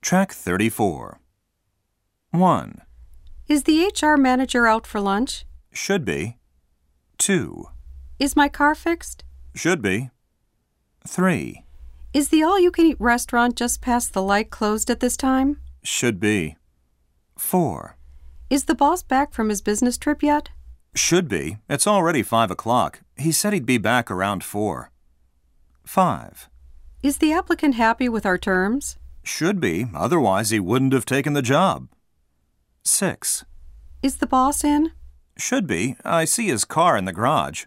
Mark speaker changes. Speaker 1: Track 34. 1.
Speaker 2: Is the HR manager out for lunch?
Speaker 1: Should be. 2.
Speaker 2: Is my car fixed?
Speaker 1: Should be. 3.
Speaker 2: Is the all you can eat restaurant just past the light closed at this time?
Speaker 1: Should be. 4.
Speaker 2: Is the boss back from his business trip yet?
Speaker 1: Should be. It's already 5 o'clock. He said he'd be back around 4. 5.
Speaker 2: Is the applicant happy with our terms?
Speaker 1: Should be, otherwise, he wouldn't have taken the job. 6.
Speaker 2: Is the boss in?
Speaker 1: Should be. I see his car in the garage.